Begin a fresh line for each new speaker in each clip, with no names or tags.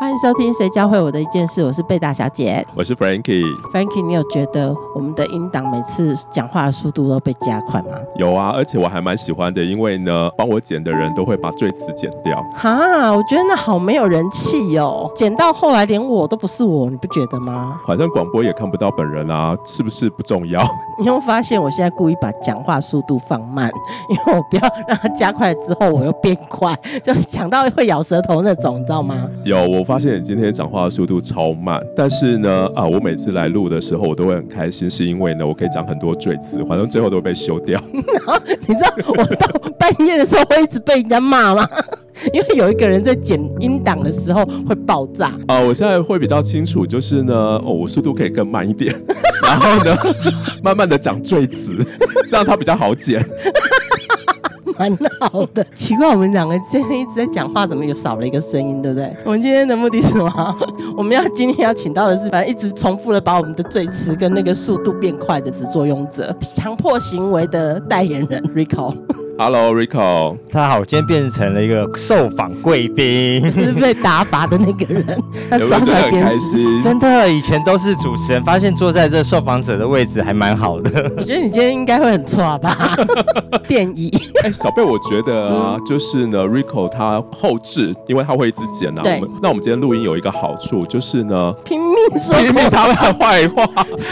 欢迎收听《谁教会我的一件事》，我是贝大小姐。
我是 Frankie，
Frankie，你有觉得我们的音档每次讲话的速度都被加快吗？
有啊，而且我还蛮喜欢的，因为呢，帮我剪的人都会把最词剪掉。
哈，我觉得那好没有人气哦，剪到后来连我都不是我，你不觉得吗？
反正广播也看不到本人啊，是不是不重要？
你有没有发现我现在故意把讲话速度放慢， 因为我不要让它加快了之后我又变快，就讲到会咬舌头那种，你知道吗？
有，我发现你今天讲话的速度超慢，但是呢，啊，我每次来录的时候，我都会很开心，是因为呢，我可以讲很多赘词，反正最后都会被修掉。
你知道我到半夜的时候会一直被人家骂吗？ 因为有一个人在剪音档的时候会爆炸，
啊，我现在会比较清楚，就是呢，哦，我速度可以更慢一点， 然后呢，慢慢的讲赘词，这样它比较好剪。
蛮好的。奇怪，我们两个今天一直在讲话，怎么有少了一个声音，对不对？我们今天的目的是什么？我们要今天要请到的是，反正一直重复的把我们的最词跟那个速度变快的始作俑者，强迫行为的代言人 Rico，
Hello Rico，
大家好，我今天变成了一个受访贵宾，
就是被打靶的那个人， 他
有没有
装
觉
出
得
来
很
鞭
开
尸。
心？
真的，以前都是主持人，发现坐在这受访者的位置还蛮好的。
我觉得你今天应该会很差吧？ 电椅，
哎、小贝，我觉得啊，
嗯
就是呢，Rico 他后置，因为他会一直剪啊。
对
我们那我们今天录音有一个好处，就是呢，
拼命 说
拼命他的 坏话，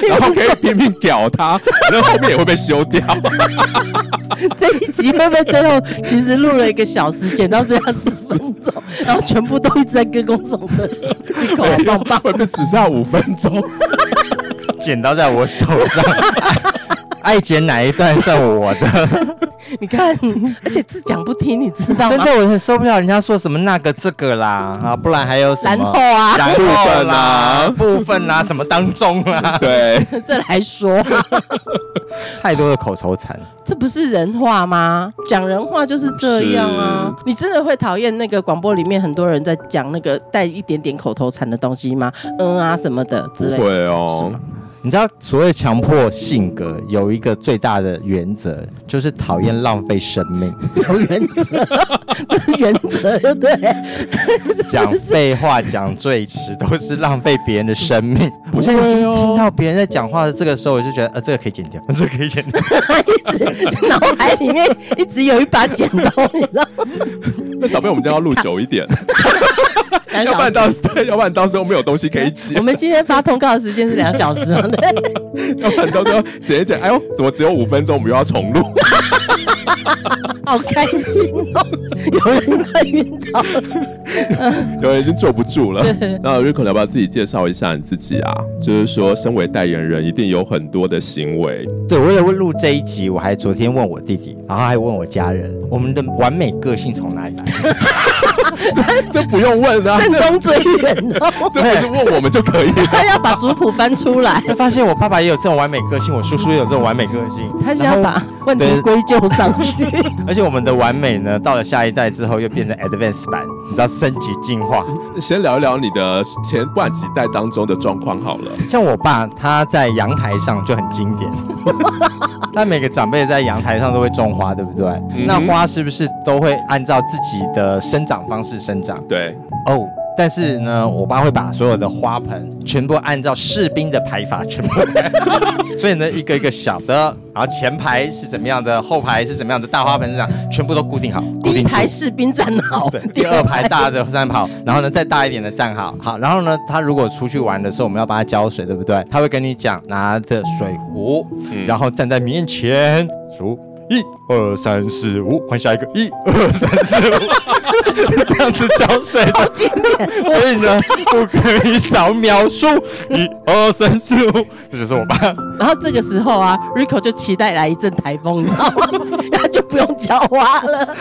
然后可以拼命屌他，然后后面也会被修 掉。
这一集会不会最后其实录了一个小时，剪到剩下十分钟，然后全部都一直在歌功颂德，一口棒棒。
会不会只剩下五分 钟？
剪刀在我手上， 爱剪哪一段算我的。
你看，而且只讲不听，你知道
真
吗
的，？我很受不了人家说什么那个这个啦，啊，不然还有什
然
么
后？啊，
然后
部分啊
啦，部分啦，什么当中 啊啦，
对，
这来说、啊
太多的口头禅。
这不是人话吗？讲人话就是这样啊！你真的会讨厌那个广播里面很多人在讲那个带一点点口头禅的东西吗？嗯啊什么的
不
之类的。
会哦。
你知道，所谓强迫性格有一个最大的原则，就是讨厌浪费生命，
有 原则，这是原则，对不对？
讲废话、讲最迟都是浪费别人的生命。
不会哦
我现在已经听到别人在讲话的这个时候，我就觉得，呃，这个可以剪掉，这个可以剪掉。
一直脑海里面一直有一把剪刀，你知道吗？
那小贝，我们今天要录久 一点，要不然到 对，要不然到时候没有东西可以 剪
我，们今天发通告的时间是两小时，啊 对，
要不然到时候剪一剪，哎呦，怎么只有五分钟，我们又要重录？
好开心哦！有人快晕倒了，
有人已经坐不住了。那 Rico 你要不要自己介绍一下你自己啊？就是说，身为代言人，一定有很多的行为。
对，为了录这一集，我还昨天问我弟弟，然后还问我家人，我们的完美个性从哪里来？
这不用问 啊，
慎
这
终追远哦。
这不是问我们就可以 了。
他要把族谱翻出来，
就发现我爸爸也有这种完美个性，我叔叔也有这种完美个性，
他是要
然后
把问题归咎上去。
而且我们的完美呢，到了下一代之后又变成 advanced 版，你知道升级进化。
先聊一聊你的前不管几代当中的状况好了。
像我爸，他在阳台上就很经 典。那每个长辈在阳台上都会种花，对不对？
嗯
那花是不是都会按照自己的生长方式生长？
对，
哦，但是呢，我爸会把所有的花盆全部按照士兵的排法全部，所以呢，一个一个小的，然后前排是怎么样的，后排是怎么样的，大花盆是这样，全部都固定好，
第
固
一
定住
排士兵站好
对，，哦第二排大的站好，然后呢再大一点的站好，好，然后呢他如果出去玩的时候，我们要帮他浇水，对不对？他会跟你讲拿着水壶，
嗯
然后站在面前数一二三四五，换下一个一二三四五， 这样子浇水的。
好经典。
所以呢，不可以少描述一二三四五，这就是我爸。
然后这个时候啊，Rico 就期待来一阵台风，你知道吗？ 然后就不用浇花了。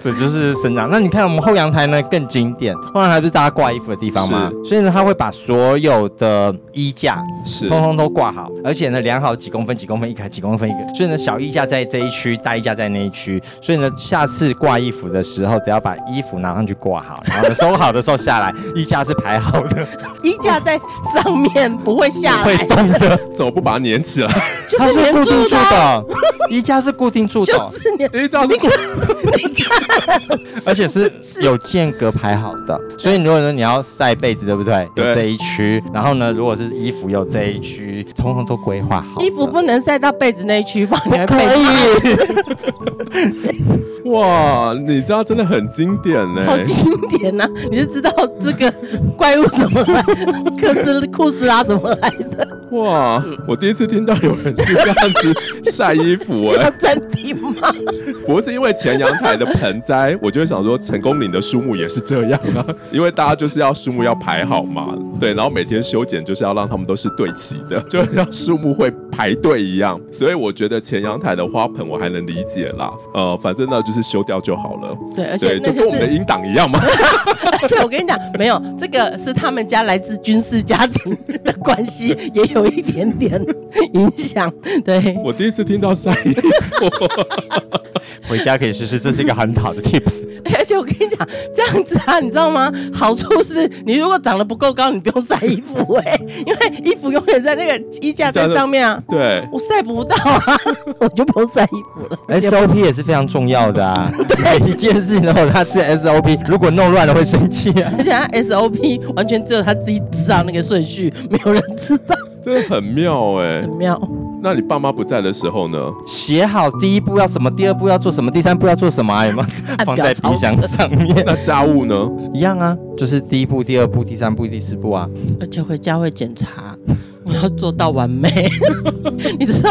这就是生长。那你看我们后阳台呢更经典，后阳台不是大家挂衣服的地方吗？所以呢，他会把所有的衣架
是
通通都挂好，而且呢量好几公分、几公分一个、几公分一个。所以呢，小衣架在这一区，区，大衣架在那一区。所以呢，下次挂衣服的时候，只要把衣服拿上去挂好，然后呢收好的时候下来，衣架是排好 的，
衣架在上面不会下
会
来，
动的，
怎么不把它粘起来？
就
它
是
是
连
固定
住
住
的啊，
的，衣架是固定住的，
就是连。
哎，这样子做
啊
而且是有间隔排好的，所以如果呢你要晒被子，对不对？有
对
这一区，然后呢，如果是衣服有这一区，通通都规划好的。
衣 服不能晒到被子那一区吧？你会
可
被
以，
哇，你这样真的很经典嘞、
超经典呐、你就知道这个怪物怎么来，克斯库斯拉怎么来的，
哇，我第一次听到有人是这样子晒衣服哎、
要暂停吗？
不是因为前阳台的盆栽，我就会想说成功岭的树木也是这样啊，因为大家就是要树木要排好嘛，对，然后每天修剪就是要让它们都是对齐的， 就像树木会排队一样，所以我觉得前阳台的花盆我还能理解啦，呃，反正呢就是修掉就好了，
对，而且
对，就
那
跟我
个
们的
是，
音档一样嘛，
而且我跟你讲，没有这个是他们家来自军事家庭的关系，也有一点点影响。对，
我第一次听到晒衣服。
回家可以试试，这是一个很好 的 tips。
而且我跟你讲，这样子啊，你知道吗？好处是你如果长得不够高，你不用晒衣服哎、因为衣服永远在那个衣架在上面啊。
对，
我晒不到啊， 我就不用晒衣服了。
SOP 也是非常重要 的啊，每一件事情都有它自己的 SOP，如果弄乱了会生气啊。
而且他 SOP 完全只有他自己知道那个顺序，没有人知道，
真的很妙哎、
很妙。
那你爸妈不在的时候呢？
写好第一步要什么，第二步要做什么，第三步要做什么啊？有没有
按表
放在冰箱上面？
那家务呢？
一样啊，就是第一步、第二步、第三步、第四步啊。
而且回家会检查，你要做到完美。 你知道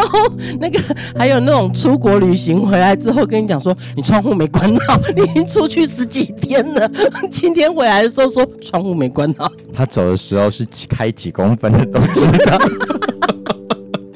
那个还有那种出国旅行回来之后跟你讲说你窗户没关好， 你已经出去十几天了， 今天回来的时候说窗户没关好，
他走的时候是几开几公分的东西的。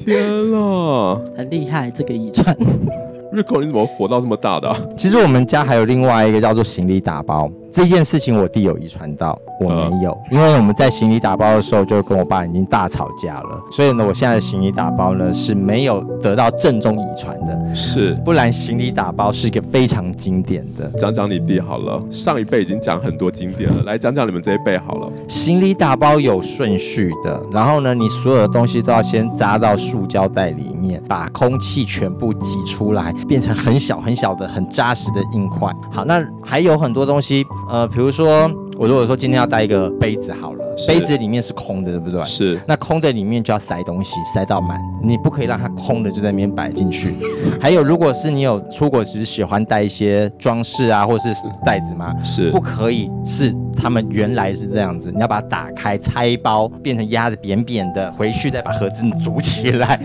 天啦，
很厉害这个遗传。
瑞克，你怎么活到这么大的啊、
其实我们家还有另外一个叫做行李打包这件事情，我弟有遗传到，我没有，因为我们在行李打包的时候就跟我爸已经大吵架了，所以呢，我现在的行李打包呢是没有得到正宗遗传的，
是。
不然行李打包是一个非常经典的。
讲讲你弟好了，上一辈已经讲很多经典了，来讲讲你们这一辈好了。
行李打包有顺序的，然后呢，你所有的东西都要先扎到塑胶袋里面，把空气全部挤出来，变成很小很小的、很扎实的硬块。好，那还有很多东西，呃，比如说我如果说今天要带一个杯子好了，
是
杯子里面是空的，对不对？
是
那空的里面就要塞东西，塞到满，你不可以让它空的就在那边摆进去。还有，如果是你有出国时喜欢带一些装饰啊，或是袋子嘛，
是
不，可以是他们原来是这样子，你要把它打开拆包，变成压的扁扁的，回去再把盒子组起来，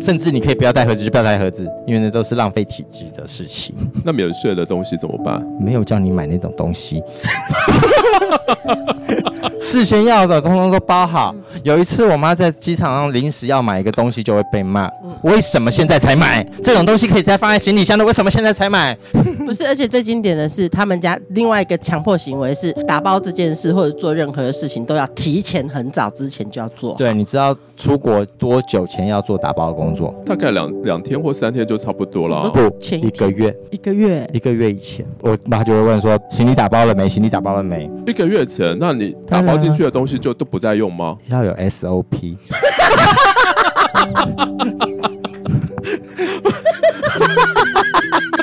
甚至你可以不要带盒子就不要带盒子，因为那都是浪费体积的事情。
那免税的东西怎么办？
没有叫你买那种东西。事先要的通通都包好。有一次，我妈在机场上临时要买一个东西，就会被骂。为什么现在才买？这种东西可以再放在行李箱的，为什么现在才买？
不是，而且最经典的是他们家另外一个强迫行为是打包这件事或者做任何事情都要提前很早之前就要做。
对，你知道出国多久前要做打包的工作？
大概两两天或三天就差不多了啊。
不，
前一
一个月，
一个月
一个月以前，我妈就会问说：“行李打包了没？行李打包了没
一个月前，那你打
当然啊
包进去的东西就都不再用吗？？”
要有 SOP。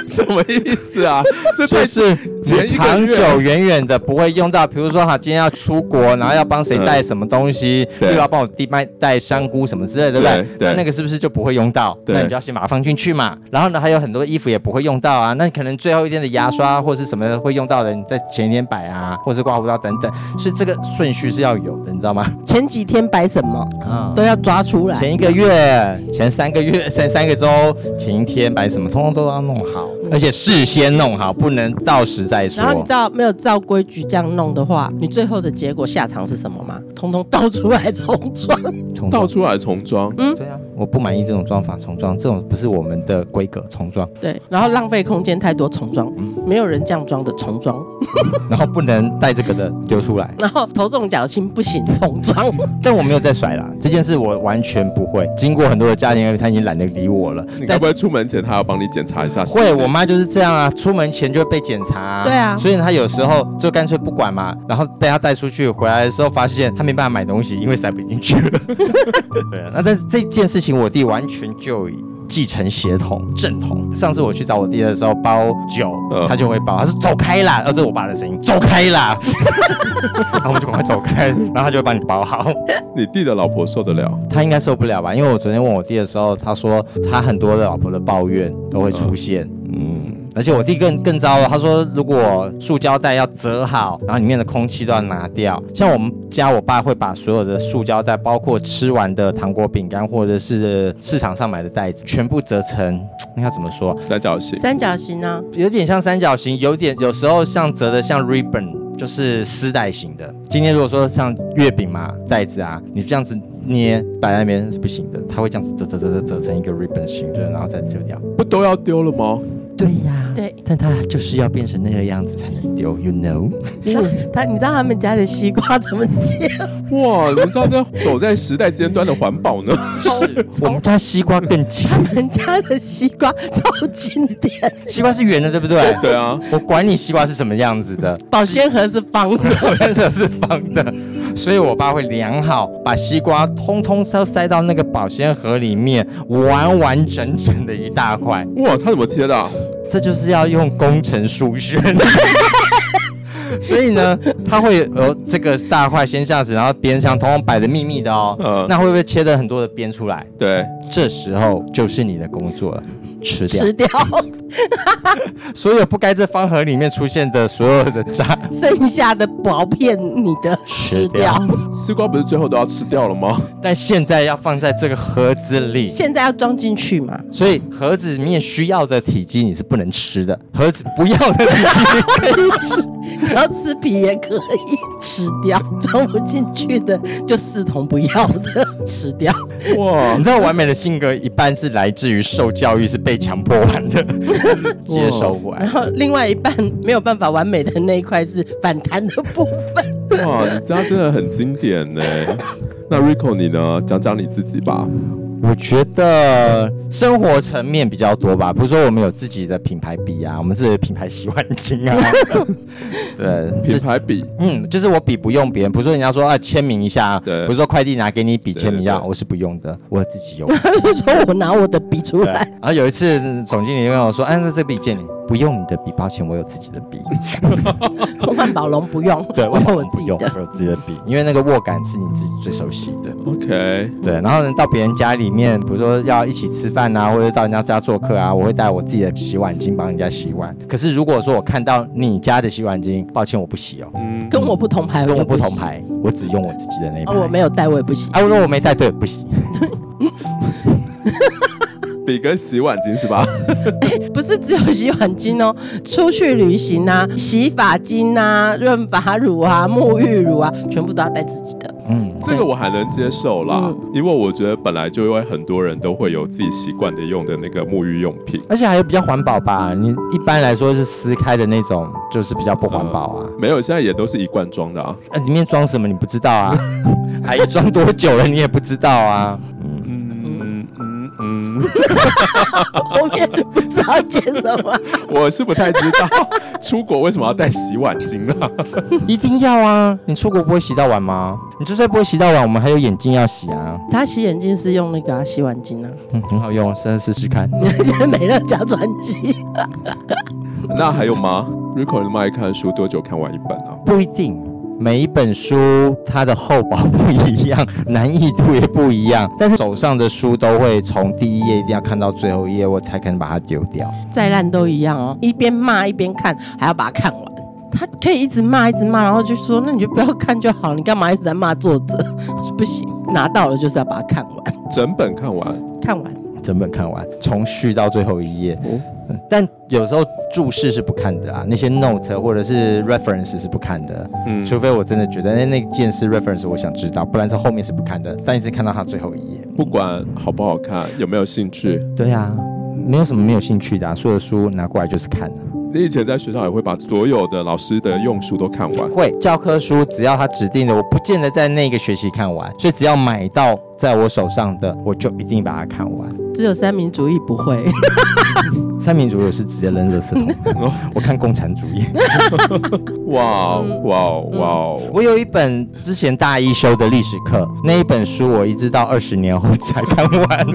什么意思 啊？这
嗯就
辈子
是
前
你
一个
长
月
久远远的不会用到，比如说哈，今天要出国，然后要帮谁带什么东西，
嗯对
又要帮我弟卖带香菇什么之类的，对不对？
对对
那那个是不是就不会用到？
对
那你就要先把它放进去嘛。然后呢，还有很多衣服也不会用到啊，那你可能最后一天的牙刷或是什么会用到的，你在前一天摆啊，或是刮胡刀等等，所以这个顺序是要有的，你知道吗？
前几天摆什么
啊
都要抓出来。
前一个月、前三个月、 前三个周、前一天摆什么，通通都要弄好，而且事先弄好，不能到时再说。
嗯然后你知道没有照规矩这样弄的话，你最后的结果下场是什么吗？通通倒出来重装。
通通
倒出来重装，
对啊，我不满意这种装法重装，这种不是我们的规格重 装，
对，然后浪费空间太多重装，没有人这样装的重装，
然后不能带这个的丢出来。
然后头重脚轻不行重装，
但我没有在甩啦，这件事我完全不会。经过很多的家庭，他已经懒得理我了。
你该
但
不会出门前他要帮你检查一下？
会，我妈就是这样啊，出门前就会被检查、
对啊
所以她有时候就干脆不管嘛，然后被她带出去，回来的时候发现她没办法买东西，因为塞不进去了。对 啊，那但是这件事情我弟完全就继承协同正统。上次我去找我弟的时候包酒，
嗯
他就会包，他说走开啦，哦，这是我爸的声音，走开啦， 然后我们就赶快走开，然后他就会帮你包 好。
你弟的老婆受得了？
他应该受不了吧？因为我昨天问我弟的时候，他说他很多的老婆的抱怨都会出现。
嗯，
而且我弟更更糟了，他说如果塑胶袋要折好，然后里面的空气都要拿掉。像我们家，我爸会把所有的塑胶袋，包括吃完的糖果、饼干，或者是市场上买的袋子，全部折成，应该怎么说？
三角形。
三角形啊，
有点像三角形，有点有时候像折的像 ribbon，就是丝带型的。今天如果说像月饼嘛，袋子啊，你这样子捏摆在那边是不行的，它会这样子折折折折折成一个 ribbon 形的，然后再丢掉。
不都要丢了吗？
对呀、
对，
但它就是要变成那个样子才能丢，you know？
他你知道他们家的西瓜怎么切？
哇，你们知道这走在时代尖端的环保呢？
是我们家西瓜更尖，
他们家的西瓜超经典，
西瓜是圆的，对不对？
对啊，
我管你西瓜是什么样子的，
保鲜盒是方的。
我那时候是方的，所以我爸会量好，把西瓜通通都塞到那个保鲜盒里面，完完整整的一大块。
哇，他怎么贴的啊、
这就是要用工程数学。所以呢，它会有这个大块先这样子，然后边上通通摆的密密的哦。
嗯
那会不会切的很多的边出来？
对，
这时候就是你的工作了，吃掉
吃掉，
所有不该在方盒里面出现的所有的渣，
剩下的薄片你的吃
吃
掉
掉。
西瓜不是最后都要吃掉了 吗？
但现在要放在这个盒子里。
现在要装进去嘛？
所以盒子里面需要的体积你是不能吃的，盒子不要的体积你可以吃。
你要吃皮也可以吃掉，装不进去的就视同不要的吃掉。
哇
你，知道完美的性格一半是来自于受教育，是被强迫完的，接受
然
完。
后另外一半没有办法完美的那一块是反弹的部分。
哇，你家真的很经典 呢。那 Rico 你呢？讲讲你自己吧。
我觉得生活层面比较多吧，不是说我们有自己的品牌笔啊，我们自己的品牌洗碗巾啊，对，
品牌笔，
嗯，就是我笔不用别人，不是说人家说啊签名一下啊，
对
不是说快递拿给你笔
对
签名一下，
对
我是不用的，我自己用。
他就说我拿我的笔出
对，
来，
然后有一次总经理就跟我说：“哎，那这笔借你，不用你的笔，抱歉，我有自己的 笔。
万宝龙不用，我用我自己
用，
的。
我有自己的笔，因为那个握感是你自己最熟悉的。
OK，
对，然后呢，到别人家里面，比如说要一起吃饭啊，或者到人家家做客啊，我会带我自己的洗碗巾帮人家洗碗。可是如果说我看到你家的洗碗巾，抱歉，我不洗哦，
嗯，
跟我不同牌，
跟我
就
不
行
同。牌，我只用我自己的那一
啊，
排。
我没有带，我也不行。
啊，如果我没带，对，不行。
笔跟洗碗巾是 吧？
不是只有洗碗巾哦， 出去旅行啊，洗发精啊、润发乳啊、沐浴乳啊，全部都要带自己 的。
嗯，
这个我还能接受啦，因为我觉得本来就会很多人都会有自己习惯的用的那个沐浴用品。
而且还有比较环保吧，你一般来说是撕开的那种，就是比较不环保啊。
没有，现在也都是一罐装的啊。
啊，里面装什么你不知道啊？阿姨装多久了你也不知道啊？
嗯嗯嗯，
后面不知道接什么，
我是不太知道 出国为什么要带洗碗巾 啊？
一定要啊！你出国不会洗到碗吗？你就算不会洗到碗，我们还有眼镜要洗啊。
他洗眼睛是用那个、啊、洗碗巾啊，
嗯，很好用，试试试看。
你看这美乐家传奇，
那还有吗？Rico，你那么爱看书，多久看完一本啊？
不一定，每一本书它的厚薄不一样，难易度也不一样，但是手上的书都会从第一页一定要看到最后一页，我才肯把它丢掉。
再烂都一样哦，一边骂一边看，还要把它看完。他可以一直骂，一直骂，然后就说：“那你就不要看就好，你干嘛一直在骂作者？”我说：“不行，拿到了就是要把它看完，
整本看完，
看完。”
整本看完，从序到最后一页。
哦
嗯但有时候注释是不看的啊，那些 note 或者是 reference 是不看的，
嗯
除非我真的觉得那哎那件事 reference 我想知道，不然这后面是不看的，但一直看到它最后一页。
不管好不好看，有没有兴趣？
对啊，没有什么没有兴趣的、啊，所有的书拿过来就是看、啊
你以前在学校也会把所有的老师的用书都看完，
会教科书，只要它指定的，我不见得在那个学期看完，所以只要买到在我手上的，我就一定把它看完。
只有三民主义不会，
三民主义我是直接扔垃圾 桶，我看共产主义。
哇哦哇哇！
我有一本之前大一修的历史课，那一本书我一直到二十年后才看 完。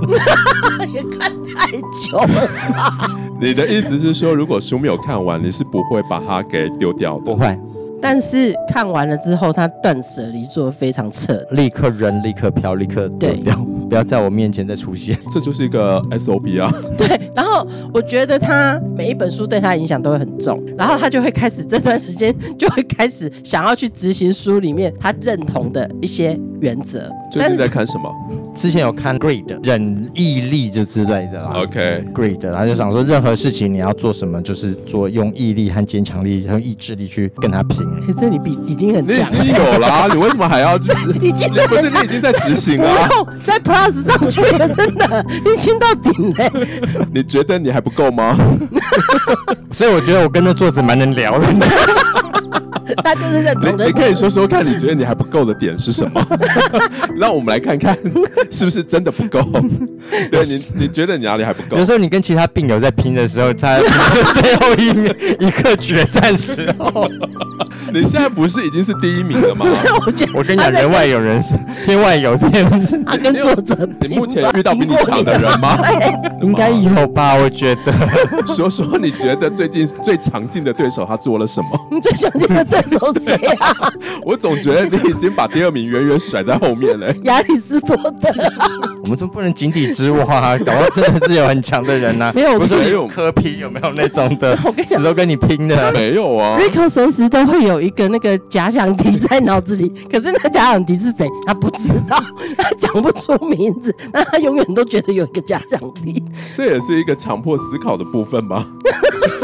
也看太久了。
你的意思是说，如果书没有看完，你是不会把它给丢掉的
不？会，
但是看完了之后，他断舍离做得非常彻。
立刻扔，立刻飘，立刻丢
对
掉，不要在我面前再出现。
这就是一个 SOP 啊！
对，然后我觉得他每一本书对他的影响都会很重，然后他就会开始这段时间就会开始想要去执行书里面他认同的一些原则。
最近在看什么
之前有看 greed 忍毅力就之类的啦。
？OK，
greed，他就想说，任何事情你要做什么，就是做用毅力和坚强力和意志力去跟他拼。
可是你比已经很
你已
强
经
了，
有啦，你为什么还要就是？
已经
你不是你已经在执行
不
了啊？
用哦在 Plus 上去了，真的，你已经到顶了。
你觉得你还不够吗？
所以我觉得我跟那作者蛮能聊的。
他就是认
你
同的
你。可以说说看，你觉得你还不够的点是什 么？让我们来看看 是不是真的不 够。对你，你觉得你哪里还不够
有？时候你跟其他病友在拼的时候，他 最后一面一刻决战时候，
你现在不是已经是第一名了吗？
我觉得
我跟你讲，人外有人， 天外有天，
他跟作者
你
拼
目前遇到比你强的人吗？
哎
应该有吧？我觉得
说说你觉得最近最常进的对手他做了什 么？
你最想见的对手谁啊？
我总觉得你已经把第二名远远甩在后面 了。
亚里士多德，
我们怎么不能井底之蛙、啊？找到真的是有很强的人 呐、
没有
不是
没有
有科批有没有那 种的
我跟，你讲
死都跟你拼的。
没有啊，
Rico 随时都会有一个那个假想敌在脑子里，可是那假想敌是谁，他不知道，他讲不出名字，那他永远都觉得有一个假想敌，
这也是一个强迫思考的部分吧？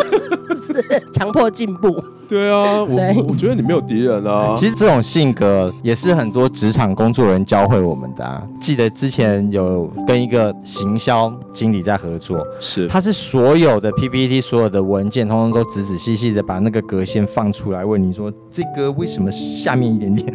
是强迫进步。
对啊，我
对
我觉得你没有敌人啊。
其实这种性格也是很多职场工作人教会我们的、啊。记得之前有跟一个行销经理在合作，
是
他是所有的 PPT、所有的文件，通通都仔仔细细的把那个格线放出来，问你说这个为什么下面一点 点，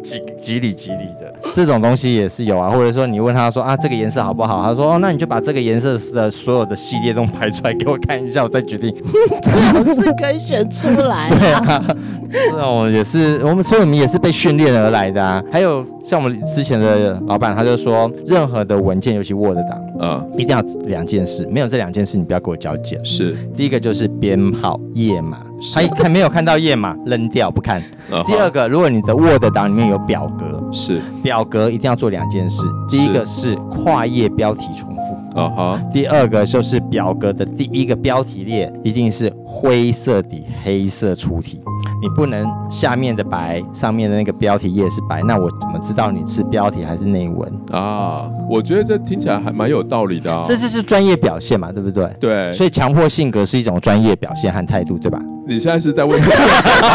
几几里几里的这种东西也是有啊。或者说你问他说啊这个颜色好不好，他说哦那你就把这个颜色的所有的系列都排出来给我看一下，我再决 定
最好是可以选出来
对啊，这种也是我们，所以我们也是被训练而来的啊。还有像我们之前的老板，他就说，任何的文件，尤其 Word 档，
啊，
一定要两件事，没有这两件事，你不要给我交件。
是
第一个就是编号页码，
是
他一看没有看到页码，扔掉不看。
啊，
第二个，如果你的 Word 档里面有表格，
是
表格一定要做两件事，第一个是跨页标题重复。
啊哈，
第二个就是表格的第一个标题列一定是灰色底黑色出题，你不能下面的白，上面的那个标题页是白，那我怎么知道你是标题还是内文？
啊，我觉得这听起来还蛮有道理的啊。
这就是专业表现嘛，对不对？
对，
所以强迫性格是一种专业表现和态度，对吧？
你现在是 在问我，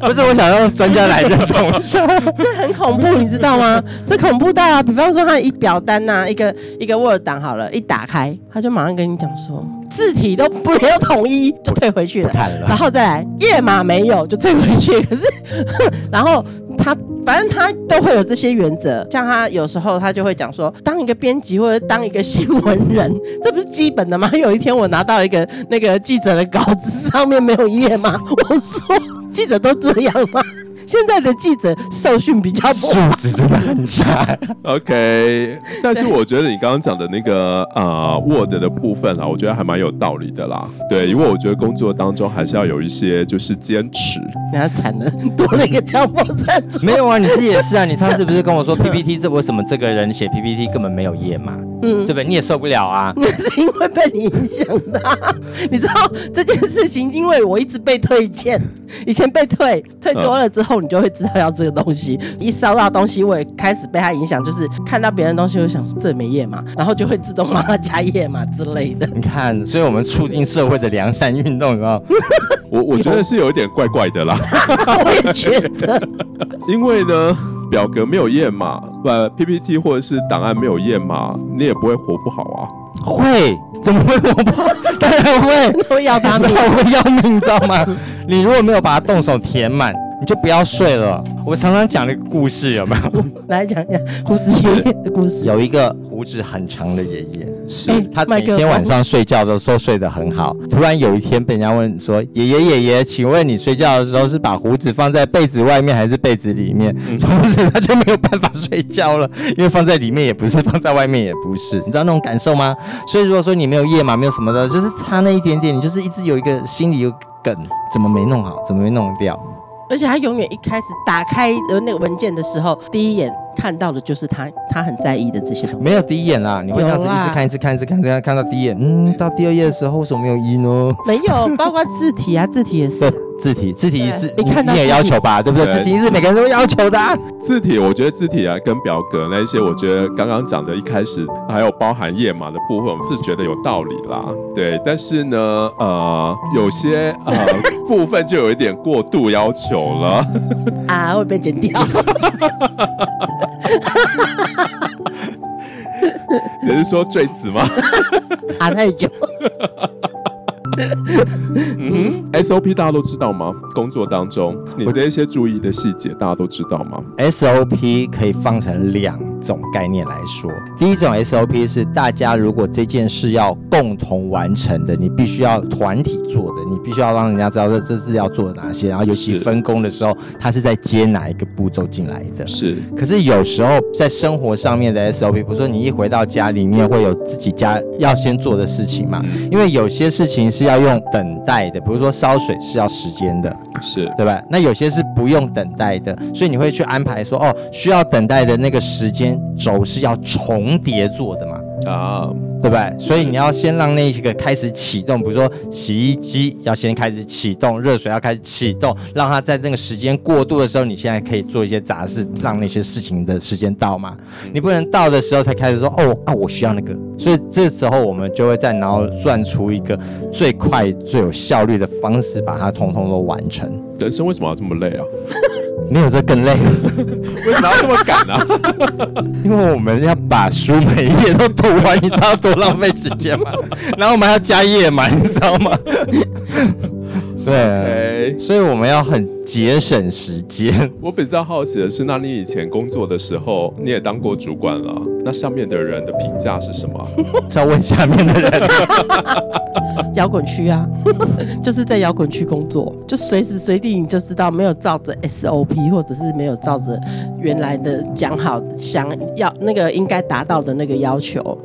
不是，我想让专家来认同一下。
这很恐怖，你知道吗？这恐怖到啊！比方说，他一表单呐、一个一个 Word 档好了，一打开，他就马上跟你讲说，字体都不没有统一，就退回去了。
不看 了
然后再来页码没有，就退回去。 可是，然后他反正他都会有这些原则，像他有时候他就会讲说，当一个编辑或者当一个新闻人， 这不是基本的吗？有一天我拿到了一个那个记者的稿子，上面没有页码，我说记者都这样吗？现在的记者受训比较
素
多，
质真的很差，
OK，但是我觉得你刚刚讲的那个呃 Word 的部分啊啦，我觉得还蛮有道理的啦。对，因为我觉得工作当中还是要有一些就是坚持。
然后惨了，多了一个强迫症。
没有啊，你自己也是啊。你上次不是跟我说 PPT 这为什么这个人写 PPT 根本没有页码？对不对？你也受不了 啊。
那是因为被你影响的啊、你知道这件事情，因为我一直被推荐，以前被退，退多了之后，你就会知道要这个东西。 一烧到东西，我也开始被它影响，就是看到别人的东西，我就想说这没页码，然后就会自动帮它加页码之类的。
你看，所以我们促进社会的良善运动啊，
我我觉得是有一点怪怪的啦，
我也觉得，
因为呢，表格没有页码，呃，PPT 或者是档案没有页码，你也不会活不好啊。
会怎么会我不？当然会，
都要他
打
们
之。后会要命， 你知道吗？你如果没有把它动手填满，你就不要睡了。我常常讲那个故事，有没有？
来讲一下胡子爷爷的故事。
有一个胡子很长的爷爷，
是，
他
麦
每
克
天晚
风
上睡觉的时候睡得很好，突然有一天被人家问说：“爷爷爷爷，请问你睡觉的时候是把胡子放在被子外面还是被子里面？”
嗯
从此他就没有办法睡觉了，因为放在里面也不是，放在外面也不是，你知道那种感受吗？所以如果说你没有夜嘛，没有什么的，就是差那一点点，你就是一直有一个心里有个梗，怎么没弄好，怎么没弄掉？
而且他永远一开始打开呃那个文件的时候，第一眼看到的就是他他很在意的这些东西。
没有第一眼啦，你会这样子
有
一
啦
直看，一直看，一直看，一直看，看到第一眼，嗯，到第二页的时候为什么没有哦一呢？
没有，包括字体啊，字体也是
对。，字体字体是
对
你
你看到
你也
字体
要求 吧，对不对？
对
字体是每个人都要求的、啊。
字体，我觉得字体啊跟表格那一些，我觉得刚刚讲的一开始还有包含页码的部分，我是觉得有道理啦。对，但是呢，呃，有些呃 部分就有一点过度要求了。
啊，会被剪 掉。
你是说坠子吗？
卡太久，
嗯哼，SOP 大家都知道吗？工作当中你这一些注意的细节，大家都知道吗？
SOP 可以放成两种概念来说，第一种 SOP 是大家如果这件事要共同完成的，你必须要团体做的，你必须要让人家知道这这是要做哪些，然后尤其
是
分工的时候，他是在接哪一个步骤进来的。
是
可是有时候在生活上面的 SOP，比如说你一回到家里面会有自己家要先做的事情嘛，因为有些事情是要用等待的，比如说烧水是要时间的，
是，
对吧？那有些是不用等待的，所以你会去安排说，哦，需要等待的那个时间轴是要重叠做的嘛。
啊，
对不对？所以你要先让那个开始启动，比如说洗衣机要先开始启动，热水要开始启动，让它在那个时间过渡的时候，你现在可以做一些杂事，让那些事情的时间到嘛。你不能到的时候才开始说哦啊，我需要那个。所以这时候我们就会在脑算出一个最快、最有效率的方式，把它通通都完成。
人生为什么要这么累啊？
没有这更累，
为什么要这么赶啊？
因为我们要把书每一页都读完，你知道多浪费时间 吗？然后我们还要加页码，你知道吗？ 对，啊
哎，
所以我们要很节省时间。
我比较好奇的是，那你以前工作的时候，你也当过主管了，那上面的人的评价是什么？
要问下面的人，
摇滚区啊， 就是在摇滚区工作，就随时随地你就知道没有照着 SOP，或者是没有照着原来的讲好想要那个应该达到的那个要求，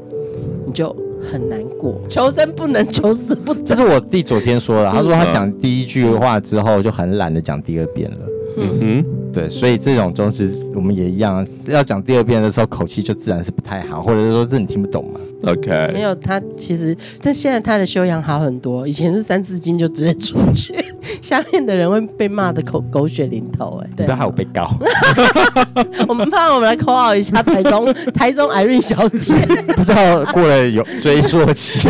你就很难过。求生不能，求死不
这
能。
是我弟昨天说的。他说他讲第一句话之后就很懒得讲第二遍了。
嗯
对，所以这种东西我们也一样，啊要讲第二遍的时候口气就自然是不太好，或者是说这你听不懂嘛。
哼
没
，OK，
有他，其实但现在他的修养好很多。以前是三字经就直接出去，下面的人会被骂的口狗血淋头、哎，对
不要害我被告，
我们怕我们来 call out 一下台中台中 Irene 小姐，
不知道过了有追溯期。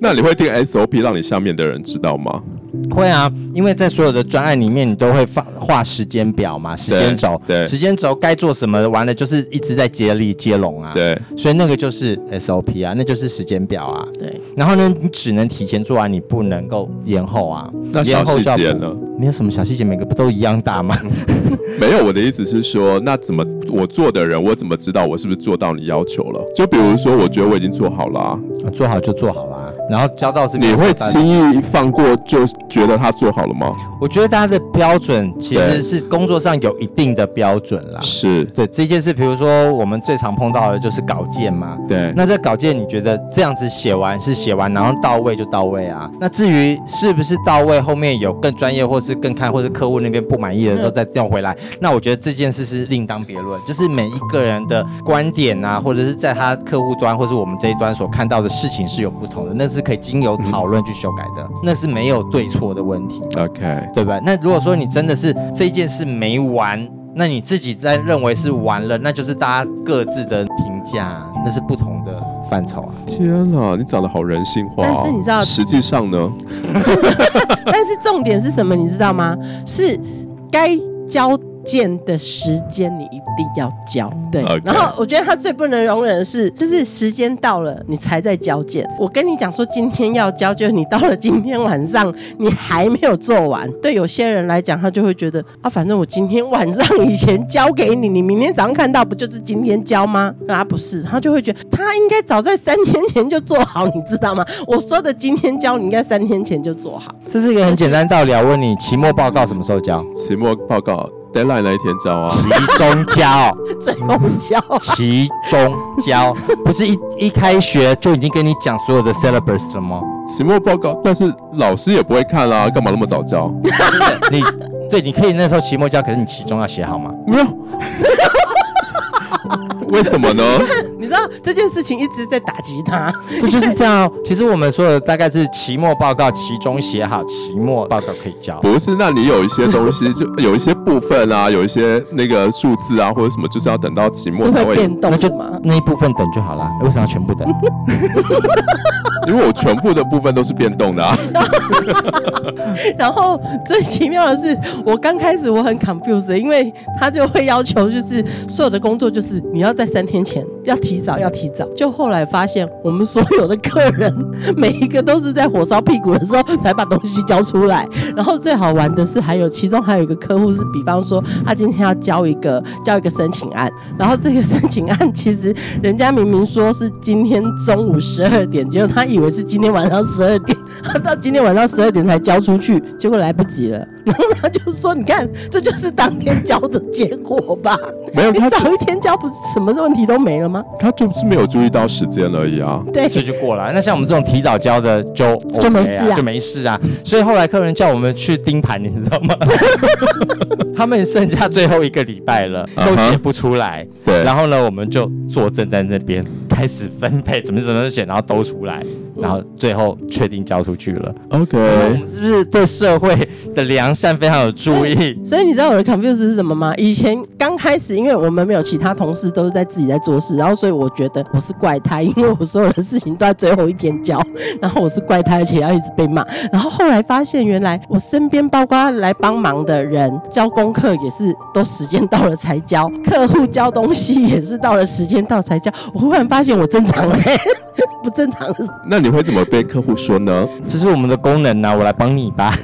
那你会定 SOP 让你下面的人知道吗？
会啊，因为在所有的专案里面，你都会放画时间表嘛，时间轴，
对
时间轴该做什么，完了就是一直在接力接龙啊，，
对，
所以那个就是 SOP 啊，那就是时间表啊。
对，
然后呢，你只能提前做完，啊你不能够延后啊。
那
延
小
后
细
就要
节
补
呢？
没有什么小细节，每个不都一样大吗？
没有，我的意思是说，那怎么我做的人，我怎么知道我是不是做到你要求了？就比如说，我觉得我已经做好了、啊，
做好就做好啦。然后交
嗯
到这边
你
的
会
时候
轻易放过就觉得他做好了吗？
我觉得大家的标准其
对
实是工作上有一定的标准啦。
是，
对这件事，比如说我们最常碰到的就是稿件嘛。
对，
那在稿件，你觉得这样子写完是写完，然后到位就到位啊？那至于是不是到位，后面有更专业，或是更看，或是客户那边不满意的时候
嗯
再调回来，那我觉得这件事是另当别论。就是每一个人的观点啊，或者是在他客户端，或是我们这一端所看到的事情是有不同的，那是可以经由讨论去修改的，那是没有对错的问题。
OK，
对吧？那如果说你真的是这一件事没完，那你自己在认为是完了，那就是大家各自的评价，那是不同的范畴啊。
天哪，你讲的好人性化、哦。
但是你知道
实际上呢，
但是重点是什么，你知道吗？是该交件的时间你一定要交。对
OK
然后我觉得他最不能容忍的是，就是时间到了你才在交件。我跟你讲说今天要交，就是你到了今天晚上你还没有做完。对有些人来讲，他就会觉得啊，反正我今天晚上以前交给你，你明天早上看到不就是今天交吗？啊，不是，他就会觉得他应该早在三天前就做好，你知道吗？我说的今天交，你应该三天前就做好。
这是一个很简单的道理啊。我问你，期末报告什么时候交？
期末报告 deadline 那一天交啊。
期中 交，
最后交。
期中交，不是一一开学就已经跟你讲所有的 syllabus 了吗？
期末报告，但是老师也不会看啦、干嘛那么 早交？
你对，你可以那时候期末交，可是你期中要写好吗？
没有， 为什么呢？
你知道这件事情一直在打击他，
这就是这样哦。 其实我们说的大概是期末报告，期中写好，期末报告可以交。
不是，那你有一些东西，就有一些部分啊，有一些那个数字啊，或者什么，就是要等到期末
是
才
会
会。
变动
那就
的吗？
那一部分等就好啦，为什么要全部 等？
因为我全部的部分都是变动 的、啊。
然后最奇妙的是，我刚开始我很 confused，因为他就会要求就是所有的工作就是你要在三天前要提早要提早。就后来发现，我们所有的客人每一个都是在火烧屁股的时候才把东西交出来。然后最好玩的是，还有其中还有一个客户是，比方说他今天要交一个交一个申请案，然后这个申请案其实人家明明说是今天中午十二点，结果他以为是今天晚上十二点，他到今天晚上十二点才交出去，结果来不及了。然后他就说：“你看，这就是当天交的结果吧？
没有，
你
他
早一天交，不是什么问题都没了吗
他就是没有注意到时间而已啊。？”
对，
这就过了。那像我们这种提早交的就 OK
就没事啊
就没事啊。所以后来客人叫我们去盯盘，你知道 吗？他们剩下最后一个礼拜了，
嗯
都
哼
写不出来。
对
然后呢，我们就坐镇在那边开始分 配，怎么怎么写，然后都出来，
嗯
然后最后确定交出去了。我
OK，
们是不是对社会的良善非常有注意？
所以你知道我的 confuse 是什么吗？以前刚开始，因为我们没有其他同事，都是在自己在做事，然后所以我觉得我是怪胎，因为我所有的事情都在最后一天交，然后我是怪胎，而且要一直被骂。然后后来发现，原来我身边包括来帮忙的人交功课也是都时间到了才交，客户交东西也是到了时间到才交。我忽然发现我正常了、 不正常了
那你会怎么对客户说呢？
这是我们的功能呐、啊，我来帮你吧。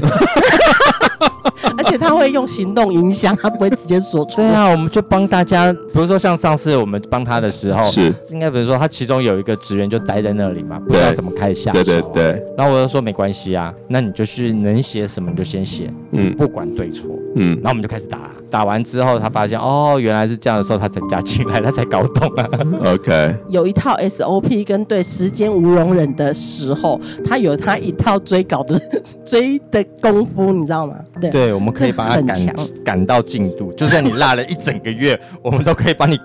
而且他会用行动影响，他不会直接说出
对
来。
啊，我们就帮大家，比如说像上次我们帮他的时候，
是
应该比如说他其中有一个职员就待在那里嘛，不知道怎么开下手、
对对。对，
然后我就说没关系啊，那你就是能写什么你就先写，
嗯
不管对错。
嗯
然，后我们就开始打，打完之后他发现哦原来是这样的时候，他才加进来，他才搞懂啊。
OK，
有一套 SOP 跟对时间无容忍的时候，他有他一套追稿的 追的功夫，你知道吗？对。
对，我们可以帮他
这很
赶
强
赶到进度，就算你落了一整个月，我们都可以帮你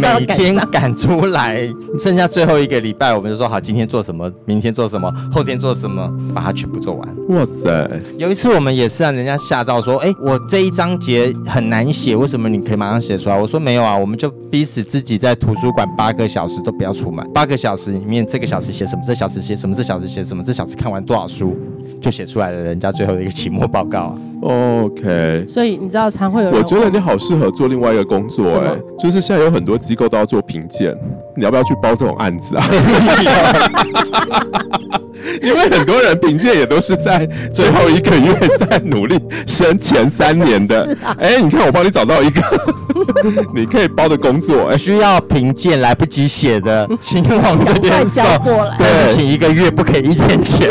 帮我
每
赶
天赶出来。剩下最后一个礼拜，我们就说好，今天做什么，明天做什么，后天做什么，把它全部做完。
哇塞，
有一次我们也是让人家吓到说，哎、我这一章节很难写，为什么你可以马上写出来？我说没有啊，我们就逼死自己在图书馆八个小时都不要出门，八个小时里面这个小时写什么，这小时写什么，这小时写什么，这小时看完多少书。就写出来了人家最后的一个期末报告啊。
OK。
所以你知道常会有人，
我觉得你好适合做另外一个工作
什么
哎、就是现在有很多机构都要做评鉴，你要不要去包这种案子啊？ 因为很多人评鉴也都是在最后一个月在努力升前三年的
是啊。
哎、你看我帮你找到一个 你可以包的工作哎、
需要评鉴来不及写的，请往这
赶快
边送
交。过 来。
但是请一个月不可以一天前，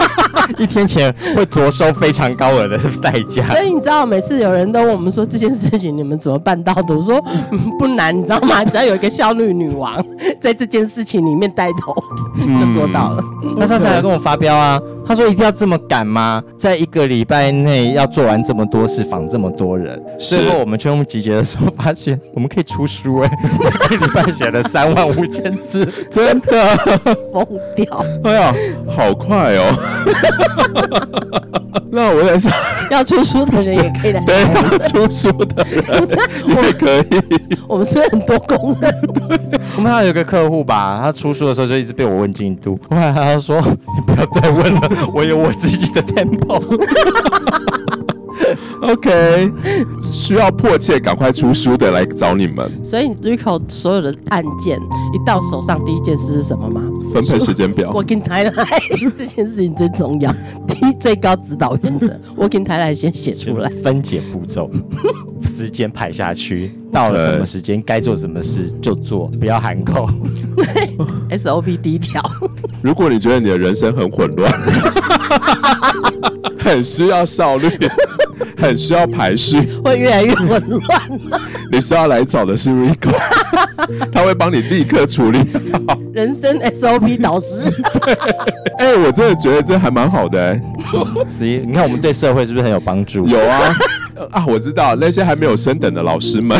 一天前会着收非常高 额的代价。
所以你知道，每次有人都问我们说这件事情你们怎么办到的？我说、嗯、不难，你知道吗？ 只要有一个效率女王 在这件事情里面带头，就做到了。
他上次还跟我发飙啊，他说一定要这么赶吗？在一个礼拜内要做完这么多事，访这么多人。
是
最后我们全部集结的时候，发现我们可以出书 哎、一个礼拜写了三万五千字，
真的，
疯掉，
哎呀，好快哦！那我在想，
要出书的人也可以来。
等一下哎出书的人也可以。
我们是很多工人，
我们还有一个客户吧，他出书的时候就一直被我问进度，后来他就说：“你不要再问了，我有我自己的 tempo。
OK，需要迫切赶快出书的来找你们
所以 Rico 所有的案件一到手上，第一件事是什么吗？
分配时间表。
Working timeline 这件事情最重要， 第一最高指导原则，Working timeline 先写”出来。
分解步骤， 时间排下去，到了什么时间该做什么事就做，不要含 扣。
SOP 第一条，
如果你觉得你的人生很混乱， 很需要效率，很需要排序，
会越来越混乱了。
你需要来找的是 Rico，他会帮你立刻处理好。
人生 SOP 导师，
哎、我真的觉得这还蛮好的、哎
十一，你看我们对社会是不是很有帮助？
有啊。呃啊，我知道那些还没有升等的老师们，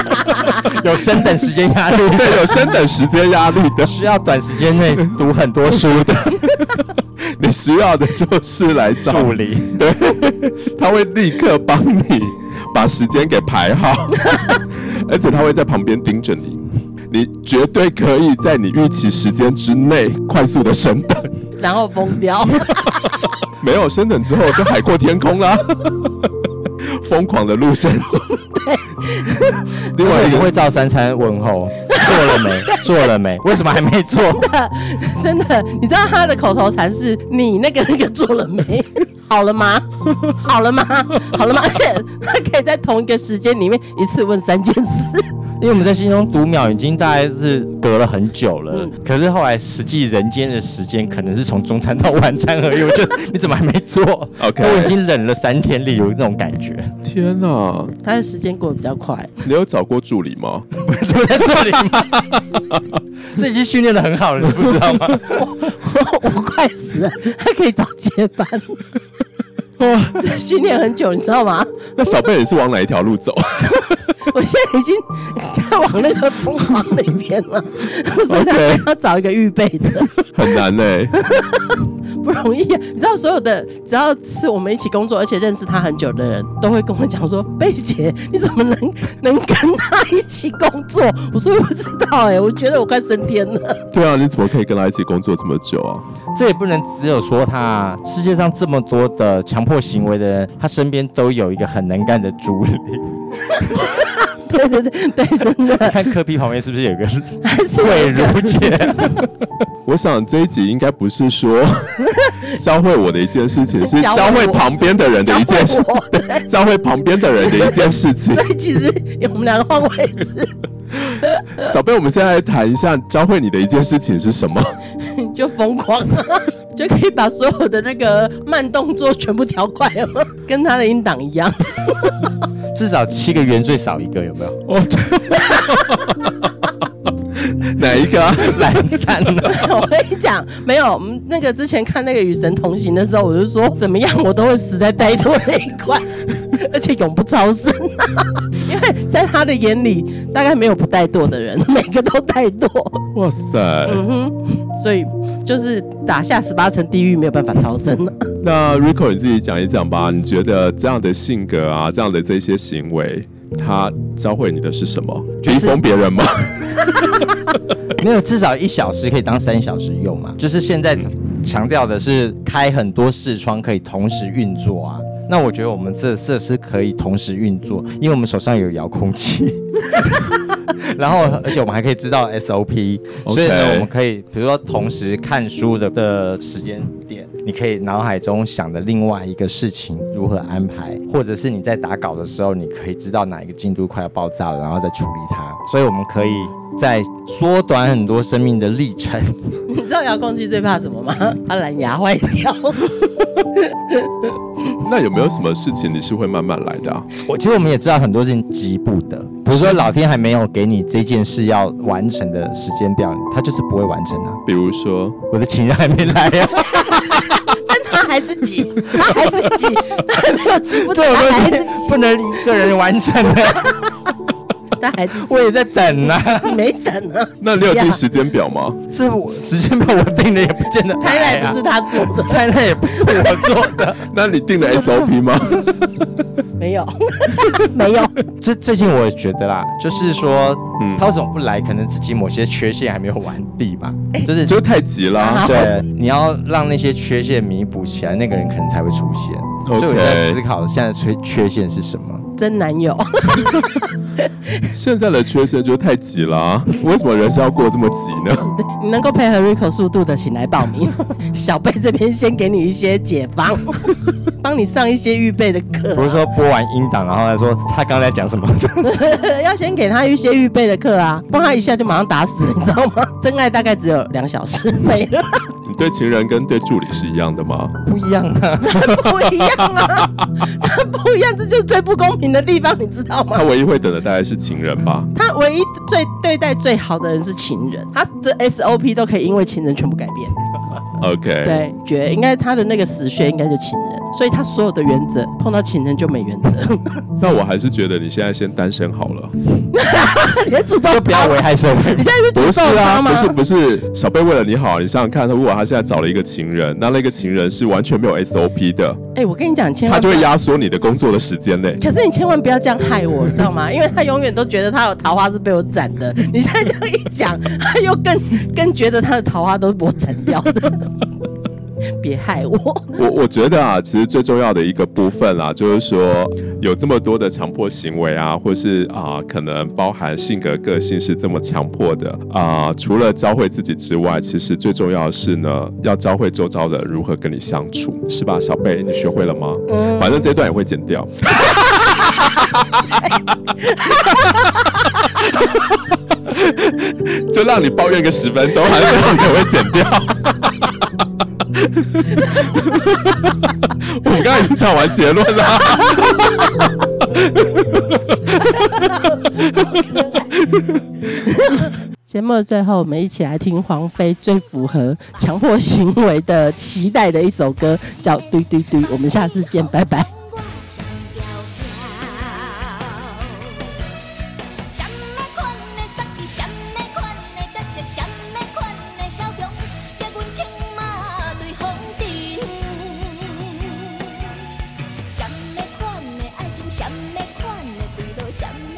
有升等时间压力，
对，有升等时间压力的，
需要短时间内读很多书的
你需要的就是来找
助理。
对， 他会立刻帮你把时间给排好， 而且他会在旁边盯着你，你绝对可以在你预期时间之内快速的升等，
然后疯掉。
没有升等之后就海阔天空啦， 疯狂的路线中。另
因
外
为
一
你
个
会照三餐问候，做了没？做了没？为什么还没做？
真的，你知道他的口头禅是“你那个那个做了没？ 好了吗？好了吗？好了吗？”而且他可以在同一个时间里面一次问三件事，
因为我们在心中读秒已经大概是隔了很久了，
嗯
可是后来实际人间的时间可能是从中餐到晚餐而已。我觉得 你怎么还没做
OK
我已经忍了三天，例如那种感觉，
天哪，
他的时间过得比较快。
你有找过助理吗？
怎么在这里吗？这已经训练的很好了，你不知道 吗？
我快死了，他可以早接班。这 训练很久，你知道吗？
那小贝你是往哪一条路走？
我现在已经在往那个疯狂那边了，所以他
OK
要找一个预备的。
很难欸呢、
不容易、啊。你知道，所有的只要是我们一起工作，而且认识他很久的人，都会跟我讲说：“贝姐，你怎么能能跟他一起工作？”我说：“我不知道、哎，我觉得我快升天 了。
对啊，你怎么可以跟他一起工作这么久啊？
这也不能只有说他啊，世界上这么多的强迫行为的人，他身边都有一个很能干的助理。”
对对对对，真
你
的
看柯皮旁边是不是有 个
还是
慧
有一个
茹姐？
我想这一集应该不 是说教会我的一件事情，是
教会
教会
我
旁边的人的一件事
教会我，
对教会旁边的人的一件事 情
所。以其实我们两个换位置，
小贝，我们现在来谈一下教会你的一件事情是什么？
你就疯狂 了，就可以把所有的那个慢动作全部调快了， 跟他的音档一样。
至少七个圆最少一个，有 没有？
哦，这哪一个、啊？
懒散了。
我跟你讲，没有，我们那个之前看那个《与神同行》的时候，我就说怎么样，我都会死在呆头那一块， 而且永不超生、 因为在他的眼里，大概没有不怠惰的人， 每个都怠惰，
哇塞！
嗯所以就是打下十八层地狱没有办法超生 了。
那 Rico 你自己讲一讲吧，你觉得这样的性格啊，这样的这些行为，他教会你的是什么？
就
逼
是
疯别人吗？
没有，至少一小时可以当三小时用嘛。就是现在强调的是开很多视窗可以同时运作啊。那我觉得我们这这是可以同时运作，因为我们手上有遥控器。然后，而且我们还可以知道 SOP，所以呢，
OK
我们可以比如说同时看书的的时间点，你可以脑海中想的另外一个事情如何安排，或者是你在打稿的时候，你可以知道哪一个进度快要爆炸了，然后再处理它。所以我们可以在缩短很多生命的历程。
你知道遥控器最怕什么吗？它蓝牙坏掉。
那有没有什么事情你是会慢慢来的、啊？
我其实我们也知道很多事情急不得，比如说老天还没有给你这件事要完成的时间表，它就是不会完成的、
比如说，
我的情人还没来哦呀、
但他还是急，他还是急，他还没有急不
这
得，
种
他还
东
是
西不能一个人完成 的，
他还是急
我也在等啊。
没等呢。
那你有
急啊
定时间表吗？
是我时间表我定的也不见得来啊、
台来不是他做的，
太累，也不是我做的。
那你定的 SOP 吗？
没有， 没有。
最最近我也觉得啦，就是说，
嗯
他为什么不来？可能自己某些缺陷还没有完毕吧，
哎
就是
就太急啦、
好
对，你要让那些缺陷弥补起来，那个人可能才会出现。
OK
所以我在思考现在的缺缺陷是什么。
真男友，
现在的缺陷就是太急啦、为什么人生要过得这么急呢？
你能够配合 Rico 速度的，请来报名。小贝这边先给你一些解放，帮你上一些预备的
不
课
是，说播完音档，然后他说他刚才讲什么？
要先给他一些预备的课啊，不然他一下就马上打死，你知道吗？真爱大概只有两小时没 了，
你对情人跟对助理是一样的吗？
不一样啊，
不一样啊，不一样，这就是最不公平的地方，你知道吗
他？唯一会等的大概是情人吧。
他唯一最对待最好的人是情人，他的 SOP 都可以因为情人全部改变。
OK，
对，绝应该他的那个死穴应该就情人，所以他所有的原则碰到情人就没原则，
那我还是觉得你现在先单身好了。
你在诅咒
就不要危害社会
你。现在
不
是
是
诅咒
啊，
他吗？
不是不是，小贝为了你好，你想想看，如果他现在找了一个情人，那那个情人是完全没有 SOP 的，
哎、我跟你讲，千
他
万
就
不
会
要。
压缩你的工作的时间嘞。
可是你千万不要这样害我，你知道吗？因为他永远都觉得他有桃花是被我斩的。 你现在这样一讲，他又更更觉得他的桃花都是我斩掉的。 别害我！
我我觉得啊，其实最重要的一个部分啦、就是说有这么多的强迫行为啊，或是啊，可能包含性格、个性是这么强迫的啊。除了教会自己之外，其实最重要的是呢，要教会周遭的如何跟你相处，是吧？小贝，你学会了吗？反正这段也会剪掉。 就让你抱怨个十分钟，还是让你也会剪掉。我们刚才已经讲完结论啦。
节目的最后，我们一起来听黄飞最符合强迫行为的期待的一首歌，叫《嘟嘟嘟》。我们下次见，拜拜。
光想窈窕，什么款的色气，什么款的角色，什么款的晓容，叫阮唱马对风尘。什么款的爱情，什么款的坠落，什么